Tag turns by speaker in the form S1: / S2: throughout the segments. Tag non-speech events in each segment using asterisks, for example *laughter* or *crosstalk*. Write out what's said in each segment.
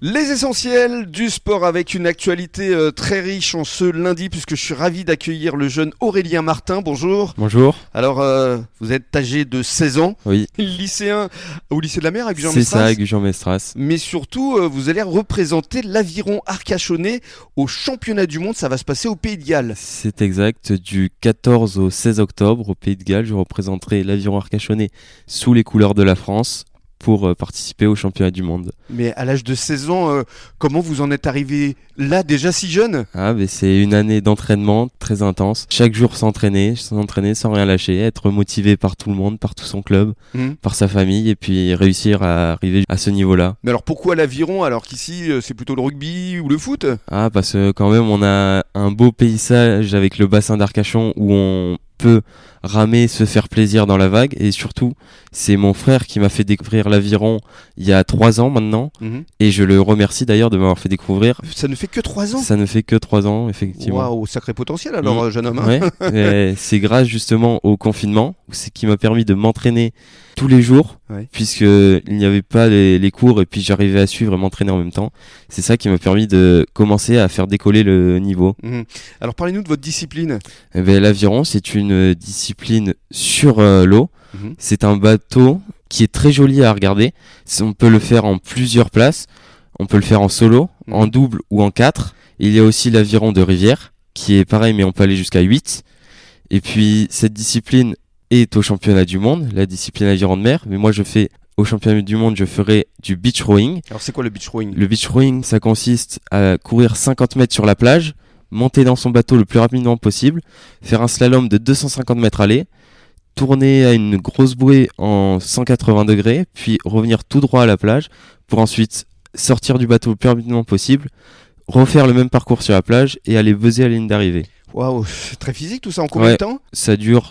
S1: Les essentiels du sport avec une actualité euh, très riche en ce lundi puisque je suis ravi d'accueillir le jeune Aurélien Martin. Bonjour.
S2: Bonjour.
S1: Alors euh, vous êtes âgé de 16 ans,
S2: Oui,
S1: lycéen au lycée de la mer avec Jean
S2: c'est ça,
S1: Mestras.
S2: avec Jean Mestras.
S1: Mais surtout euh, vous allez représenter l'aviron arcachonnais au championnat du monde, ça va se passer au Pays de Galles.
S2: C'est exact, du 14 au 16 octobre au Pays de Galles, je représenterai l'aviron arcachonnais sous les couleurs de la France pour euh, participer au championnat du monde.
S1: Mais à l'âge de 16 ans, euh, comment vous en êtes arrivé là déjà si jeune
S2: Ah, mais c'est une année d'entraînement très intense. Chaque jour s'entraîner, s'entraîner sans rien lâcher, être motivé par tout le monde, par tout son club,
S1: Hmm.
S2: par sa famille et puis réussir à arriver à ce niveau-là.
S1: Mais alors pourquoi l'aviron alors qu'ici euh, c'est plutôt le rugby ou le foot
S2: Ah, parce que quand même, on a un beau paysage avec le bassin d'Arcachon où on peut ramer, se faire plaisir dans la vague. Et surtout, c'est mon frère qui m'a fait découvrir l'aviron il y a trois ans maintenant. Et je le remercie d'ailleurs de m'avoir fait découvrir.
S1: Ça ne fait que 3 ans
S2: Ça ne fait que trois ans, effectivement.
S1: Waouh, sacré potentiel alors,
S2: Mm.
S1: euh, jeune homme. hein.
S2: Ouais,
S1: *laughs*
S2: mais c'est grâce justement au confinement, c'est qui m'a permis de m'entraîner tous les jours,
S1: Ouais.
S2: puisque il n'y avait pas les, les cours et puis j'arrivais à suivre et m'entraîner en même temps. C'est ça qui m'a permis de commencer à faire décoller le niveau.
S1: Mhm. Alors parlez-nous de votre discipline.
S2: Eh ben, l'aviron, c'est une euh, discipline sur euh, l'eau.
S1: Mhm.
S2: C'est un bateau qui est très joli à regarder. C'est- On peut le faire en plusieurs places. On peut le faire en solo,
S1: Mhm.
S2: en double ou en quatre. Il y a aussi l'aviron de rivière, qui est pareil, mais on peut aller jusqu'à 8. Et puis, cette discipline est au championnat du monde, la discipline aviron de mer. Mais moi, je fais, au championnat du monde, je ferai du beach rowing.
S1: Alors c'est quoi le beach rowing
S2: Le beach rowing, ça consiste à courir 50 mètres sur la plage, monter dans son bateau le plus rapidement possible, faire un slalom de 250 mètres aller, tourner à une grosse bouée en 180 degrés, puis revenir tout droit à la plage pour ensuite sortir du bateau le plus rapidement possible, refaire le même parcours sur la plage et aller buzzer à la ligne d'arrivée.
S1: Waouh, c'est très physique tout ça en combien de
S2: Ouais.
S1: temps
S2: Ça dure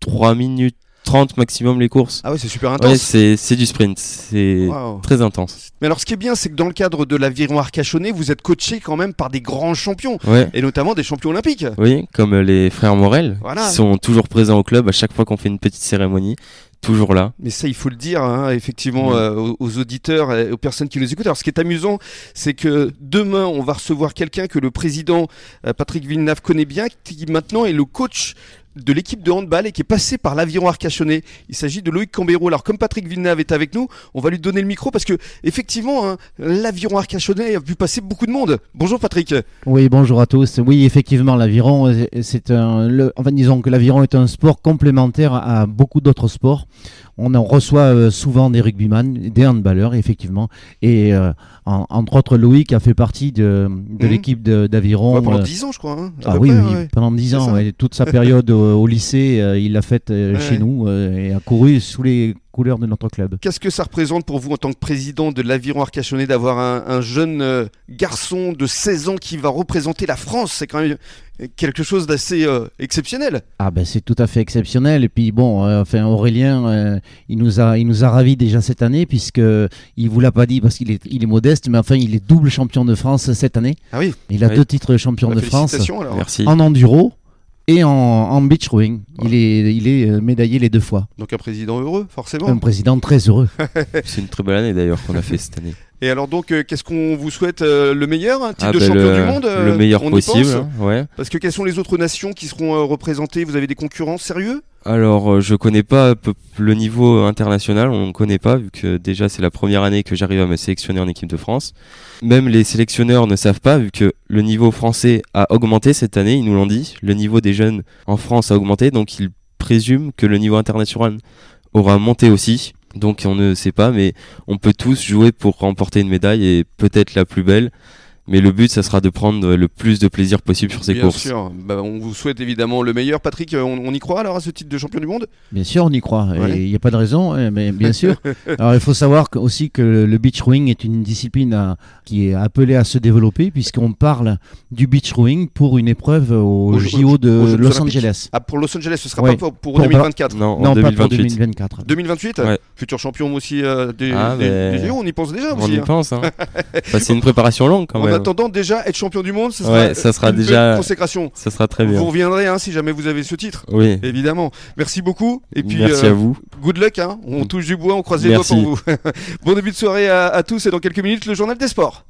S2: 3 minutes 30 maximum les courses.
S1: Ah ouais, c'est super
S2: Ouais,
S1: intense.
S2: c'est c'est du sprint, c'est
S1: Waouh.
S2: très intense.
S1: Mais alors ce qui est bien, c'est que dans le cadre de l'aviron arcachonnais, vous êtes coaché quand même par des grands champions,
S2: Ouais.
S1: et notamment des champions olympiques.
S2: Oui, comme euh, les frères Morel,
S1: Voilà.
S2: qui sont toujours présents au club à chaque fois qu'on fait une petite cérémonie, toujours là.
S1: Mais ça, il faut le dire, hein, effectivement,
S2: Mhm.
S1: euh, aux, aux auditeurs et aux personnes qui nous écoutent. Alors, ce qui est amusant, c'est que demain, on va recevoir quelqu'un que le président euh, Patrick Villeneuve connaît bien, qui maintenant est le coach de l'équipe de handball et qui est passé par l'aviron arcachonnais. Il s'agit de Loïc Cambero. Alors, comme Patrick Villeneuve est avec nous, on va lui donner le micro parce que, effectivement, hein, l'aviron arcachonnais a vu passer beaucoup de monde. Bonjour, Patrick.
S3: Oui, bonjour à tous. Oui, effectivement, l'aviron, euh, c'est un. le- enfin, disons que l'aviron est un sport complémentaire à beaucoup d'autres sports. On en reçoit euh, souvent des rugbyman, des handballeurs, effectivement. Et euh, en- entre autres, Loïc a fait partie de, de
S1: Mhm.
S3: l'équipe de- d'aviron.
S1: Ouais, pendant
S3: euh,
S1: 10 ans, je crois. hein, à
S3: ah
S1: peu
S3: oui,
S1: près,
S3: oui,
S1: ouais.
S3: pendant 10
S1: C'est
S3: ans,
S1: ça.
S3: ouais, toute sa période au, au lycée, euh, il l'a faite euh,
S1: Ouais,
S3: chez
S1: ouais.
S3: nous euh, et a couru sous les couleurs de notre club.
S1: Qu'est-ce que ça représente pour vous en tant que président de l'Aviron Arcachonnais d'avoir un, un jeune euh, garçon de 16 ans qui va représenter la France C'est quand même euh, quelque chose d'assez euh, exceptionnel.
S3: Ah ben c'est tout à fait exceptionnel et puis bon euh, enfin Aurélien euh, il nous a il nous a ravi déjà cette année puisque il vous l'a pas dit parce qu'il est il est modeste mais enfin il est double champion de France cette année
S1: Ah oui,
S3: il a
S2: Oui.
S3: deux titres de champion
S1: bah,
S3: de France
S1: félicitations alors.
S2: Merci.
S3: en enduro et en, en beach rowing il est il est euh, médaillé les deux fois
S1: Donc un président heureux, forcément.
S2: Hum.
S3: un président très heureux
S2: C'est une très belle année d'ailleurs qu'on a fait cette année.
S1: Et alors donc, euh, qu'est-ce qu'on vous souhaite euh, Le meilleur Un titre
S2: Ah,
S1: de
S2: ben,
S1: champion
S2: le,
S1: du monde euh,
S2: le meilleur
S1: on y
S2: possible.
S1: pense
S2: hein, ouais.
S1: Parce que quelles sont les autres nations qui seront euh, représentées Vous avez des concurrents sérieux
S2: Alors, euh, je connais pas peu- le niveau euh, international, on ne connaît pas, vu que déjà c'est la première année que j'arrive à me sélectionner en équipe de France. Même les sélectionneurs ne savent pas, vu que le niveau français a augmenté cette année, ils nous l'ont dit. Le niveau des jeunes en France a augmenté, donc ils présument que le niveau international aura monté aussi. Donc on ne sait pas, mais on peut tous jouer pour remporter une médaille et peut-être la plus belle. Mais le but, ça sera de prendre le plus de plaisir possible sur ces
S1: Bien
S2: courses.
S1: sûr. Bah, on vous souhaite évidemment le meilleur. Patrick, euh, on, on y croit alors à ce titre de champion du monde
S3: Bien sûr, on y croit. et
S1: Ouais.
S3: Il n'y a pas de raison, hein, mais bien *laughs* sûr. Alors, il faut savoir que- aussi que le beach rowing est une discipline à- qui est appelée à se développer, puisqu'on parle du beach rowing pour une épreuve au
S1: Aux Jeux-
S3: JO de
S1: aux Jeux
S3: Los
S1: Olympiques.
S3: Angeles.
S1: Ah, pour Los Angeles, ce sera
S3: Ouais.
S1: pas pour, pour
S3: Pour-
S1: 2024.
S2: Non, en
S3: non, pas pour
S2: 2028.
S3: 2024.
S1: 2028
S2: Ouais.
S1: Futur champion aussi euh, des,
S2: Ah,
S1: des-
S2: mais-
S1: des JO, on y pense déjà
S2: On
S1: aussi.
S2: y
S1: hein. *laughs*
S2: pense, hein. Enfin, Bah, c'est une préparation longue quand
S1: on en attendant, déjà, être champion du monde, ça sera,
S2: Ouais, ça sera
S1: une belle
S2: déjà-
S1: consécration.
S2: Ça sera très
S1: Vous
S2: bien.
S1: reviendrez hein, si jamais vous avez ce titre,
S2: Oui.
S1: évidemment. Merci beaucoup. Et puis,
S2: Merci
S1: euh,
S2: à vous.
S1: good luck. hein. On touche du bois, on croise les
S2: Merci.
S1: *laughs* doigts pour vous. bon début de soirée à, à tous et dans quelques minutes, le journal des sports.